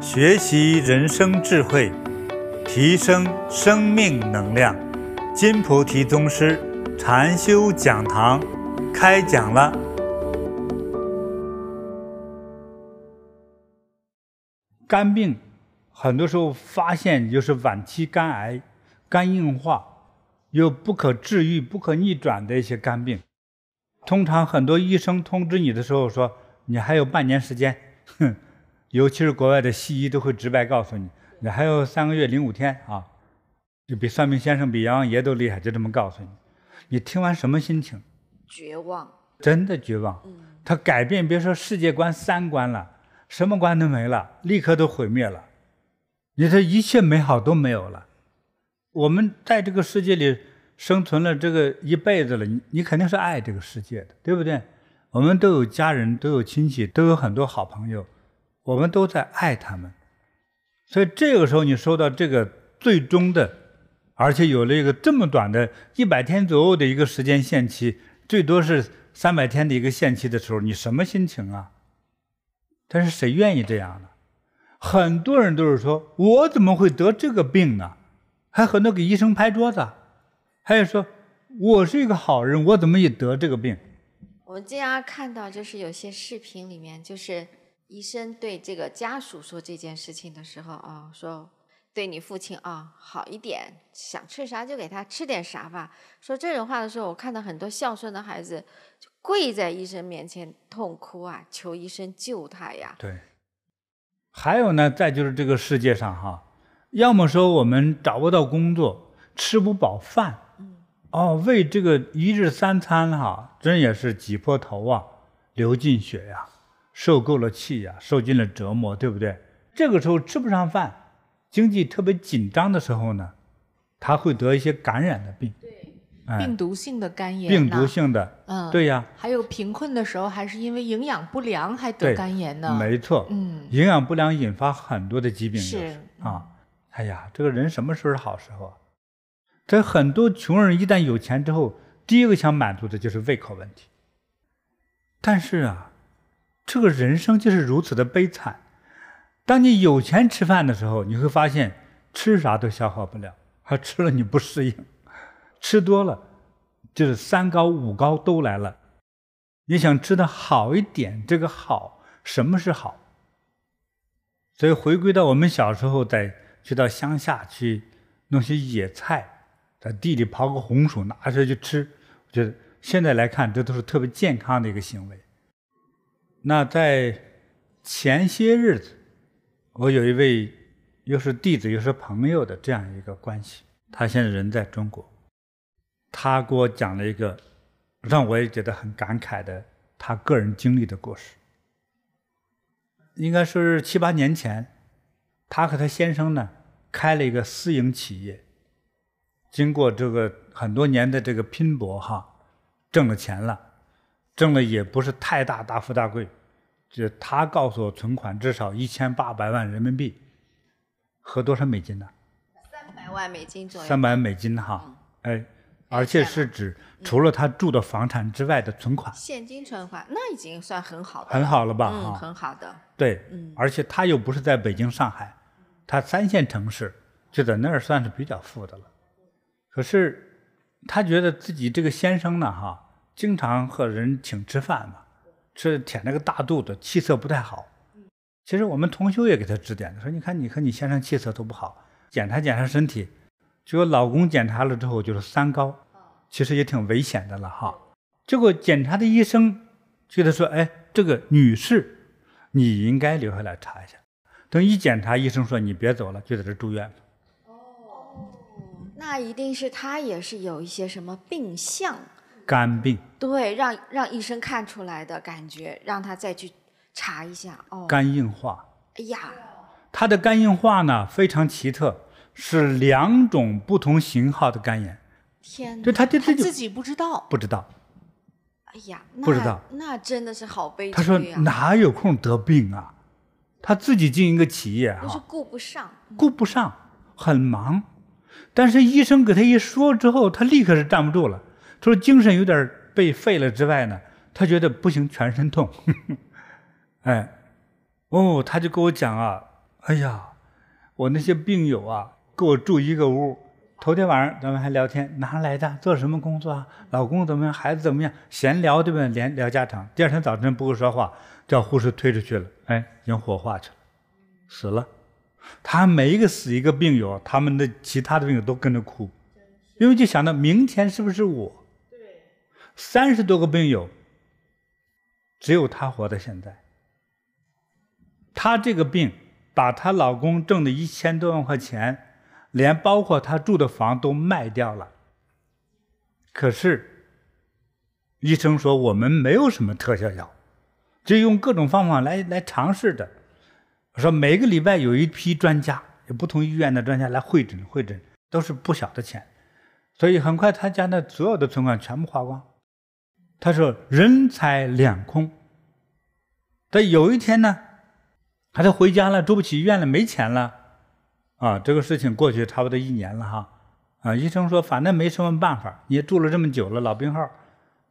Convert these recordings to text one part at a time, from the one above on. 学习人生智慧，提升生命能量。金菩提宗师禅修讲堂开讲了。肝病很多时候发现就是晚期肝癌、肝硬化，有不可治愈、不可逆转的一些肝病。通常很多医生通知你的时候说，你还有半年时间，哼，尤其是国外的西医都会直白告诉你，你还有三个月零五天啊，就比算命先生、比阎王爷都厉害，就这么告诉你。你听完什么心情？绝望。真的绝望。他改变别说世界观三观了，什么观都没了，立刻都毁灭了。你这一切美好都没有了。我们在这个世界里生存了这个一辈子了，你你肯定是爱这个世界的，对不对？我们都有家人，都有亲戚，都有很多好朋友，我们都在爱他们。所以这个时候你收到这个最终的，而且有了一个这么短的一百天左右的一个时间限期，最多是三百天的一个限期的时候，你什么心情啊？但是谁愿意这样呢？很多人都是说，我怎么会得这个病呢？还很多给医生拍桌子，啊还有说我是一个好人，我怎么也得这个病？我们经常看到，就是有些视频里面，就是医生对这个家属说这件事情的时候啊、说对你父亲啊、好一点，想吃啥就给他吃点啥吧。说这种话的时候，我看到很多孝顺的孩子就跪在医生面前痛哭啊，求医生救他呀。对。还有呢，再就是这个世界上哈，要么说我们找不到工作，吃不饱饭，嗯哦，为这个一日三餐哈，真也是挤破头啊，流尽血呀、受够了气呀、受尽了折磨，对不对？这个时候吃不上饭，经济特别紧张的时候呢，他会得一些感染的病，哎病毒性的肝炎、病毒，性的，嗯，对呀、还有贫困的时候，还是因为营养不良还得对肝炎呢。没错，嗯，营养不良引发很多的疾病，是嗯就是啊，哎呀，这个人什么时候是好时候啊？这很多穷人一旦有钱之后，第一个想满足的就是胃口问题。但是啊，这个人生就是如此的悲惨。当你有钱吃饭的时候，你会发现吃啥都消化不了，还吃了你不适应，吃多了就是三高五高都来了。你想吃的好一点，这个好什么是好？所以回归到我们小时候，在去到乡下去弄些野菜，在地里刨个红薯拿出来去吃，我觉得现在来看，这都是特别健康的一个行为。那在前些日子，我有一位又是弟子又是朋友的这样一个关系，他现在人在中国，他给我讲了一个让我也觉得很感慨的他个人经历的故事。应该说是七八年前，他和他先生呢开了一个私营企业，经过这个很多年的这个拼搏哈，挣了钱了，挣了也不是太大大富大贵，这他告诉我存款至少一千八百万人民币，合多少美金呢、三百万美金左右。三百万美金哈，哎，而且是指除了他住的房产之外的存款，现金存款，那已经算很好的了，很好了吧？哈、嗯，很好的。对，而且他又不是在北京、上海，他三线城市就在那儿算是比较富的了。可是他觉得自己这个先生呢，哈，经常和人请吃饭嘛，吃舔着个大肚子，气色不太好。其实我们同修也给他指点的，说你看你和你先生气色都不好，检查检查身体。结果老公检查了之后就是三高，其实也挺危险的了哈。结果检查的医生觉得说，哎，这个女士你应该留下来查一下。等一检查，医生说你别走了，就在这住院吧。那一定是他也是有一些什么病象，肝病，对，让让医生看出来的感觉，让他再去查一下。哦，肝硬化。哎呀，它的肝硬化呢非常奇特，是两种不同型号的肝炎，天哪！就他这他这就自己不知道，不知道。哎呀，不知那道那真的是好悲啊他说催啊呀、哪有空得病啊？他自己经营一个企业就是哈，顾不上，顾不上，很忙。但是医生给他一说之后，他立刻是站不住了。除了精神有点被废了之外呢，他觉得 不行，全身痛。哎，哦，他就跟我讲啊，哎呀，我那些病友啊，给我住一个屋。头天晚上咱们还聊天，哪来的？做什么工作啊？老公怎么样？孩子怎么样？闲聊对不对？连聊家常。第二天早晨不会说话，叫护士推出去了，哎，引火化去了，死了。他每一个死一个病友，他们的其他的病友都跟着哭，因为就想到明天是不是我？三十多个病友，只有她活到现在。她这个病，把她老公挣的一千多万块钱，连包括她住的房都卖掉了。可是，医生说我们没有什么特效药，就用各种方法来来尝试的。我说每个礼拜有一批专家，有不同医院的专家来会诊，会诊都是不小的钱，所以很快她家的所有的存款全部花光。他说人财两空。但有一天呢，他就回家了，住不起医院了，没钱了，啊，这个事情过去差不多一年了哈，啊，医生说反正没什么办法，你也住了这么久了，老病号，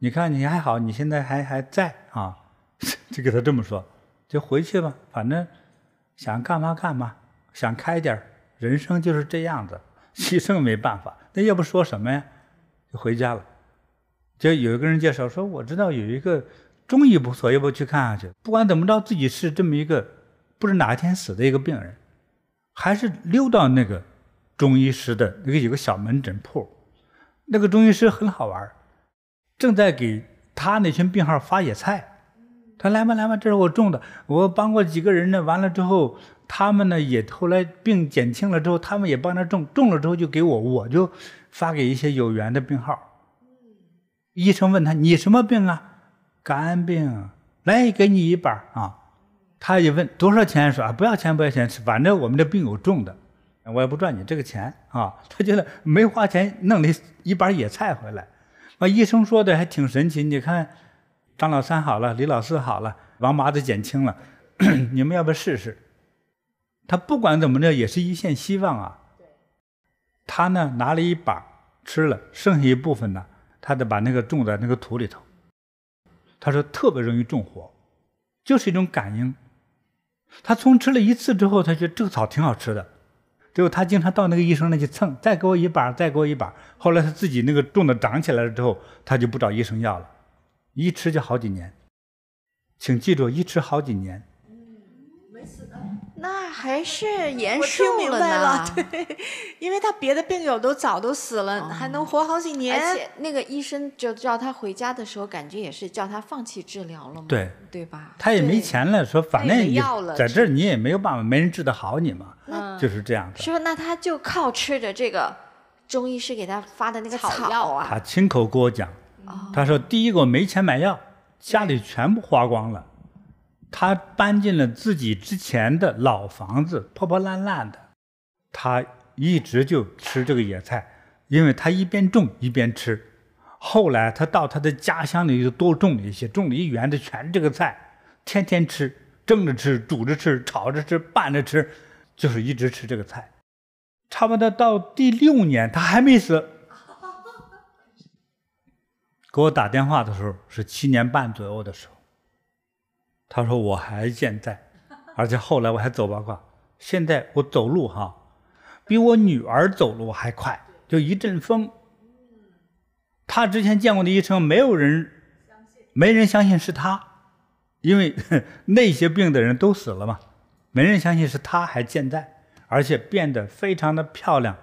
你看你还好，你现在还还在啊， 就给他这么说，就回去吧，反正想干嘛干嘛，想开点儿人生就是这样子，牺牲没办法，那要不说什么呀，就回家了。就有一个人介绍说，我知道有一个中医不错，要不去看看去？不管怎么着，自己是这么一个不知哪一天死的一个病人，还是溜到那个中医师的那个有个小门诊铺，那个中医师很好玩儿，正在给他那群病号发野菜。他来吧来吧，这是我种的，我帮过几个人呢。完了之后，他们呢也后来病减轻了之后，他们也帮他种，种了之后就给我，我就发给一些有缘的病号。医生问他：“你什么病啊？”“感恩病。”“来，给你一板啊。”他也问：“多少钱？”说：“啊，不要钱，不要钱，反正我们这病友种的，我也不赚你这个钱啊。” 他觉得没花钱，弄了一板野菜回来。啊，医生说的还挺神奇。你看，张老三好了，李老四好了，王麻子减轻了，你们要不要试试？他不管怎么着也是一线希望啊。他呢拿了一把吃了，剩下一部分呢，他得把那个种在那个土里头。他说特别容易种火，就是一种感应。他从吃了一次之后，他觉得这个草挺好吃的。结果他经常到那个医生那去蹭，再给我一把，再给我一把。后来他自己那个种的长起来了之后，他就不找医生要了，一吃就好几年。请记住，一吃好几年。那还是延嗯我寿听明白呢了，。对，因为他别的病友都早都死了，还能活好几年。而且那个医生就叫他回家的时候，感觉也是叫他放弃治疗了嘛，对对吧？他也没对钱了，说反他也正没你药了在这儿你也没有办法，没人治得好你嘛，嗯就是这样的。是吧？那他就靠吃着这个中医师给他发的那个草草药啊，他亲口跟我讲，他说第一个我没钱买药，家里全部花光了，他搬进了自己之前的老房子，破破烂烂的，他一直就吃这个野菜，因为他一边种一边吃。后来他到他的家乡里就多种了一些，种了一园子全这个菜，天天吃，蒸着吃，煮着吃，炒着吃，拌着吃，就是一直吃这个菜。差不多到第六年，他还没死。给我打电话的时候是七年半左右的时候，他说我还健 在，而且后来我还走八卦，现在我走路哈，比我女儿走路还快，就一阵风。他之前见过的医生，没有人，没人相信是他，因为 那些病的人都死了嘛，没人相信是他还健在，而且变得非常的漂亮，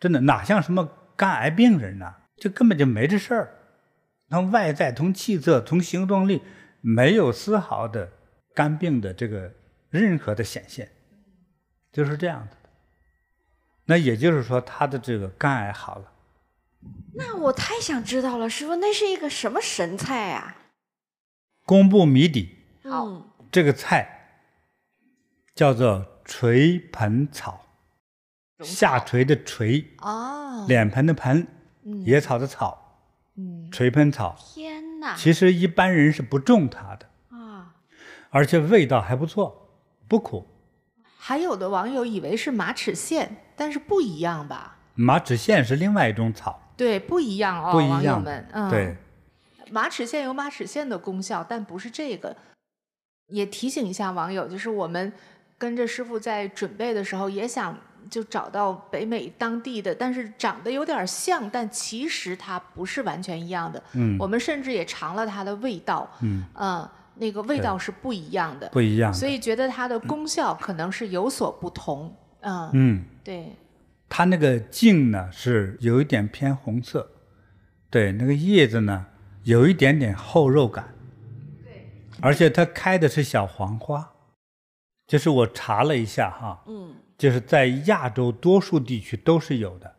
真的哪像什么肝癌病人呐，这根本就没这事儿。从外在、从气色、从行动力，没有丝毫的肝病的这个任何的显现，就是这样子的。那也就是说，他的这个肝癌好了。那我太想知道了，师傅，那是一个什么神菜啊呀、公布谜底，啊？好嗯这个菜叫做垂盆草，下垂的垂，哦，脸盆的盆，野草的草，嗯，垂盆草。天哪！其实一般人是不种它的，啊，而且味道还不错，不苦。还有的网友以为是马齿苋，但是不一样吧？马齿苋是另外一种草，对，不一样哦，不一网友样们。嗯，对，，马齿苋有马齿苋的功效，但不是这个。也提醒一下网友，就是我们跟着师傅在准备的时候，也想就找到北美当地的，但是长得有点像，但其实它不是完全一样的。嗯我们甚至也尝了它的味道，嗯，嗯，那个味道是不一样的，不一样的。所以觉得它的功效可能是有所不同。嗯，嗯，对，它那个茎呢是有一点偏红色，对，那个叶子呢有一点点厚肉感，对，而且它开的是小黄花，就是我查了一下哈，嗯就是在亚洲多数地区都是有的。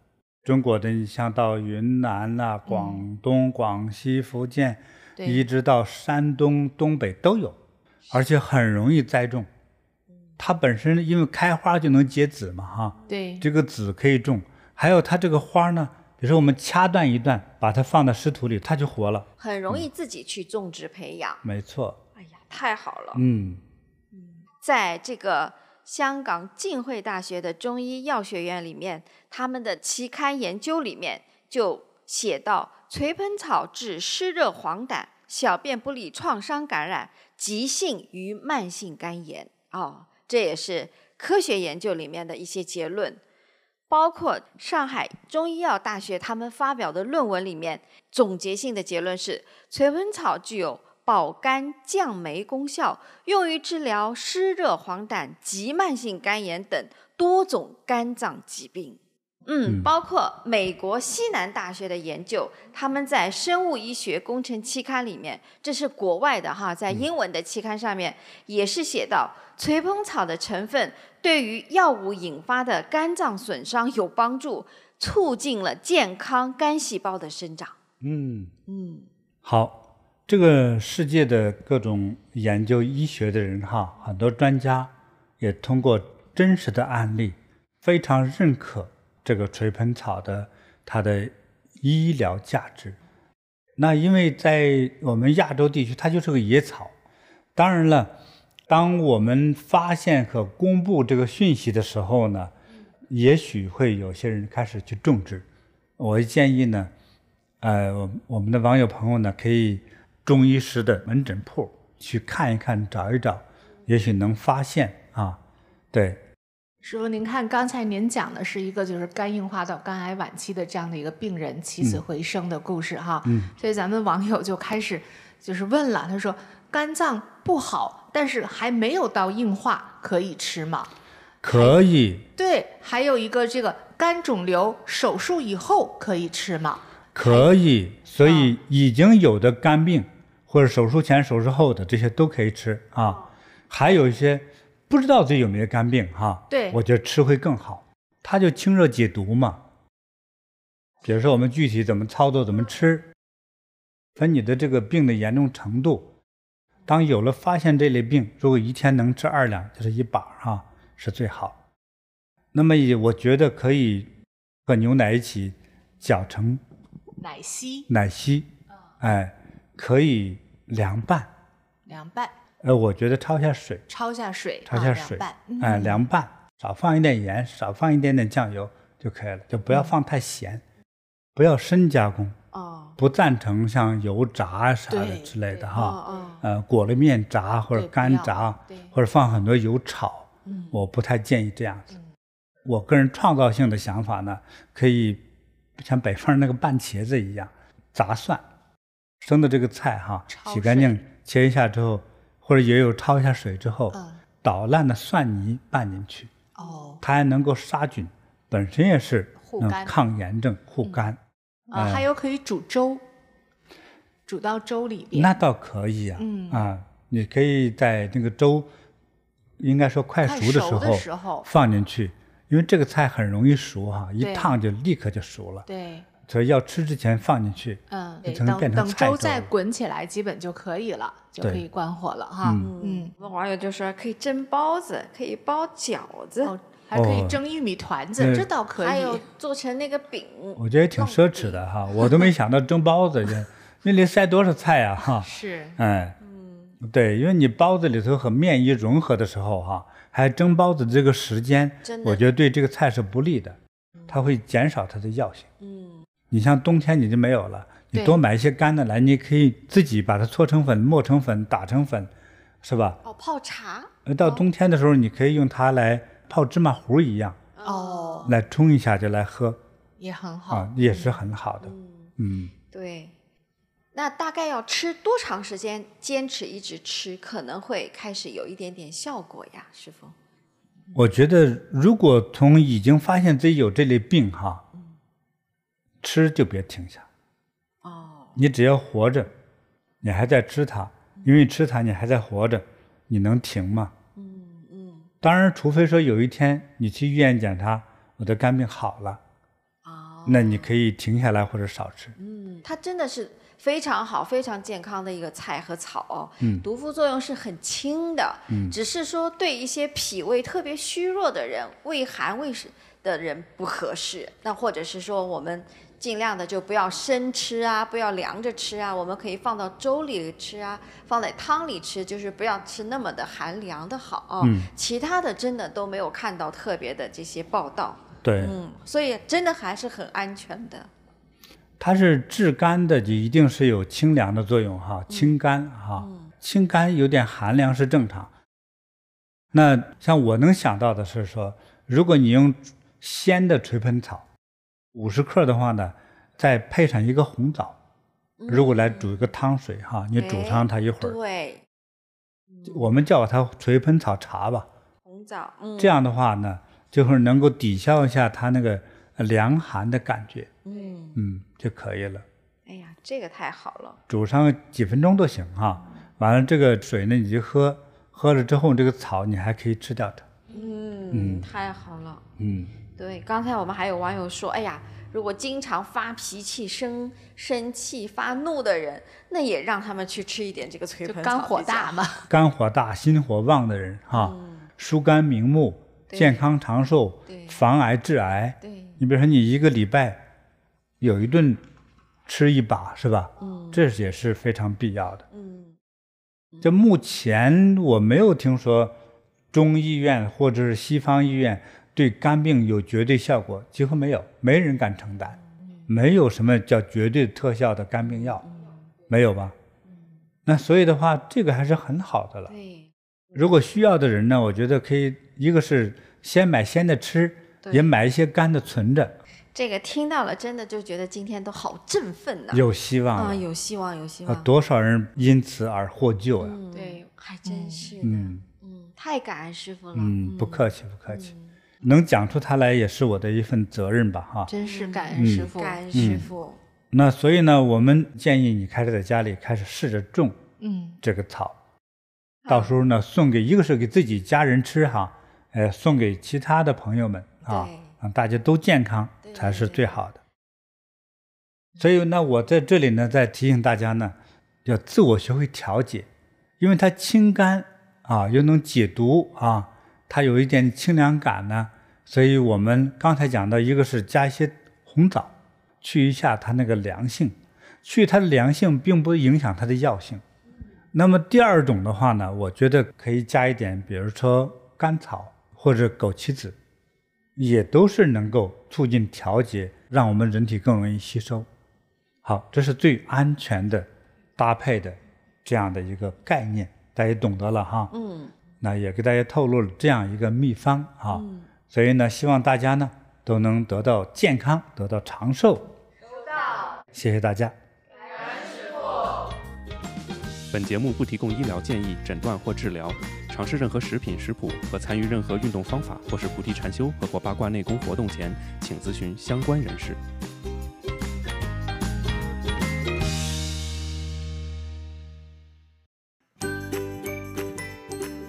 中国的，你像到云南啦、广东、广西、福建，对一直到山东、东北都有，而且很容易栽种。它本身因为开花就能结籽嘛，哈，对，这个籽可以种，还有它这个花呢，比如说我们掐断一段，把它放到湿土里，它就活了。很容易自己去种植培养。没错，哎呀，太好了！嗯，在这个香港浸会大学的中医药学院里面，他们的期刊研究里面就写到，垂盆草治湿热黄疸、小便不利、创伤感染、急性与慢性肝炎。哦，这也是科学研究里面的一些结论。包括上海中医药大学他们发表的论文里面，总结性的结论是，垂盆草具有保肝降酶功效，用于治疗湿热黄疸及慢性肝炎等多种肝脏疾病。嗯，嗯包括美国西南大学的研究，他们在《生物医学工程》期刊里面，这是国外的哈，在英文的期刊上面也是写到，垂盆草的成分对于药物引发的肝脏损伤有帮助，促进了健康肝细胞的生长。嗯，嗯，好，这个世界的各种研究医学的人哈，很多专家也通过真实的案例，非常认可这个垂盆草的它的医疗价值。那因为在我们亚洲地区，它就是个野草。当然了，当我们发现和公布这个讯息的时候呢，也许会有些人开始去种植。我建议呢，呃，我我们的网友朋友呢，可以中医师的门诊铺去看一看，找一找，也许能发现啊。对，师傅，您看刚才您讲的是一个就是肝硬化到肝癌晚期的这样的一个病人起死回生的故事哈，嗯所以咱们网友就开始就是问了，他说肝脏不好，但是还没有到硬化，可以吃吗？可以，对，还有一个这个肝肿瘤手术以后可以吃吗？可以，所以已经有的肝病或者手术前、手术后的这些都可以吃啊。还有一些不知道自己有没有肝病哈、对我觉得吃会更好，它就清热解毒嘛。比如说我们具体怎么操作、怎么吃，和你的这个病的严重程度，当有了发现这类病，如果一天能吃二两，就是一把哈、是最好。那么也我觉得可以和牛奶一起搅成奶昔奶昔，嗯哎，可以凉拌。凉拌，呃，我觉得焯一下水，焯下水，焯啊下水凉拌，嗯、哎，凉拌，少放一点盐，少放一点点酱油就可以了，就不嗯要放太咸，不要深加工，哦，不赞成像油炸啊啥的对之类的对哦哈。哦，呃，裹了面炸或者啊对不干要炸对，或者放很多油炒，嗯我不太建议这样子嗯。我个人创造性的想法呢，可以像北方人那个拌茄子一样，炸蒜，生的这个菜哈，焯洗干净切一下之后，或者也有焯一下水之后，嗯捣烂的蒜泥拌进去，哦它还能够杀菌，本身也是护能肝抗炎症、护肝，啊，哎还有可以煮粥，煮到粥里边。那倒可以啊。嗯啊，你可以在那个粥应该说快快熟的时熟的候时候放进去，因为这个菜很容易熟哈、一对烫就立刻就熟了。对，所以要吃之前放进去。嗯，就对才能等变成等菜粥粥再了滚起来，基本就可以了，就可对以关火了哈。嗯嗯，我们网友就说可以蒸包子，可以包饺子，哦，还可以哦蒸玉米团子，嗯这倒可还有以。做成那个饼。我觉得也挺奢侈的嗯哈，我都没想到蒸包子去， 那里塞多少菜啊哈！是，哎，嗯对，因为你包子里头和面一融合的时候哈、还蒸包子这个时间真，的我觉得对这个菜是不利的，它会减少它的药性。嗯，你像冬天你就没有了，你对多买一些干的来，你可以自己把它搓成粉、磨成粉、打成粉，是吧？哦，泡茶呃，哦到冬天的时候，你可以用它来泡芝麻糊一样，哦，来冲一下就来喝也很好。啊，也是很好的。嗯，嗯，对。那大概要吃多长时间？坚持一直吃，可能会开始有一点点效果呀，师傅。我觉得如果从已经发现自己有这类病哈，吃就别停下，哦，你只要活着，你还在吃它，因为吃它你还在活着，你能停吗？嗯嗯，当然，除非说有一天你去医院检查我的肝病好了，哦，那你可以停下来或者少吃。嗯，它真的是非常好、非常健康的一个菜和草哦、嗯毒副作用是很轻的，嗯只是说对一些脾胃特别虚弱的人、胃寒胃湿的人不合适。那或者是说，我们尽量的就不要生吃啊，不要凉着吃啊，我们可以放到粥里吃啊，放在汤里吃，就是不要吃那么的寒凉的好、哦嗯其他的真的都没有看到特别的这些报道，对，嗯，所以真的还是很安全的。它是治肝的，就一定是有清凉的作用嗯哈，清肝哈，清肝有点寒凉是正常。那像我能想到的是说，如果你用鲜的垂盆草五十克的话呢，再配上一个红枣，嗯如果来煮一个汤水哈，你煮哎上它一会儿，对，我们叫它垂盆草茶吧。红枣，嗯，这样的话呢，就是能够抵消一下它那个呃凉寒的感觉，嗯，嗯，就可以了。哎呀，这个太好了，煮上几分钟都行哈。完了，这个水呢你就喝，喝了之后这个草你还可以吃掉它。嗯，嗯太好了。嗯，对，刚才我们还有网友说，哎呀，如果经常发脾气、生生气、发怒的人，那也让他们去吃一点这个催就盆肝草火比较大嘛，肝火大、心火旺的人哈，疏肝明目、嗯对健康长寿对、防癌治癌。对，你比如说，你一个礼拜有一顿吃一把是吧？嗯这也是非常必要的。嗯这目前我没有听说中医院或者是西方医院对肝病有绝对效果，几乎没有，没人敢承担，没有什么叫绝对特效的肝病药，没有吧？那所以的话，这个还是很好的了。对，如果需要的人呢，我觉得可以，一个是先买鲜的吃，对也买一些干的存着，这个听到了，真的就觉得今天都好振奋呐、有希望啊，了。有希望，有希啊望，，多少人因此而获救呀？嗯，对，还真是的，嗯嗯太感恩师傅了，嗯，不客气，不客气。嗯能讲出它来也是我的一份责任吧，哈。 真是感嗯恩师傅。感恩师嗯傅，那所以呢，我们建议你开始在家里开始试着种嗯，这个草，到时候呢送给一个是给自己家人吃哈，呃，送给其他的朋友们啊对，让大家都健康对才是对最好的。所以呢，我在这里呢再提醒大家呢，要自我学会调节，因为它清肝啊，又能解毒啊，它有一点清凉感呢。所以我们刚才讲到，一个是加一些红枣，去一下它那个凉性，去它的凉性并不影响它的药性。那么第二种的话呢，我觉得可以加一点，比如说甘草或者枸杞子，也都是能够促进调节，让我们人体更容易吸收。好，这是最安全的搭配的这样的一个概念，大家懂得了哈。嗯那也给大家透露了这样一个秘方啊，所以呢，希望大家呢都能得到健康，得到长寿。谢谢大家。本节目不提供医疗建议、诊断或治疗。尝试任何食品食谱和参与任何运动方法或是菩提禅修和或八卦内功活动前，请咨询相关人士。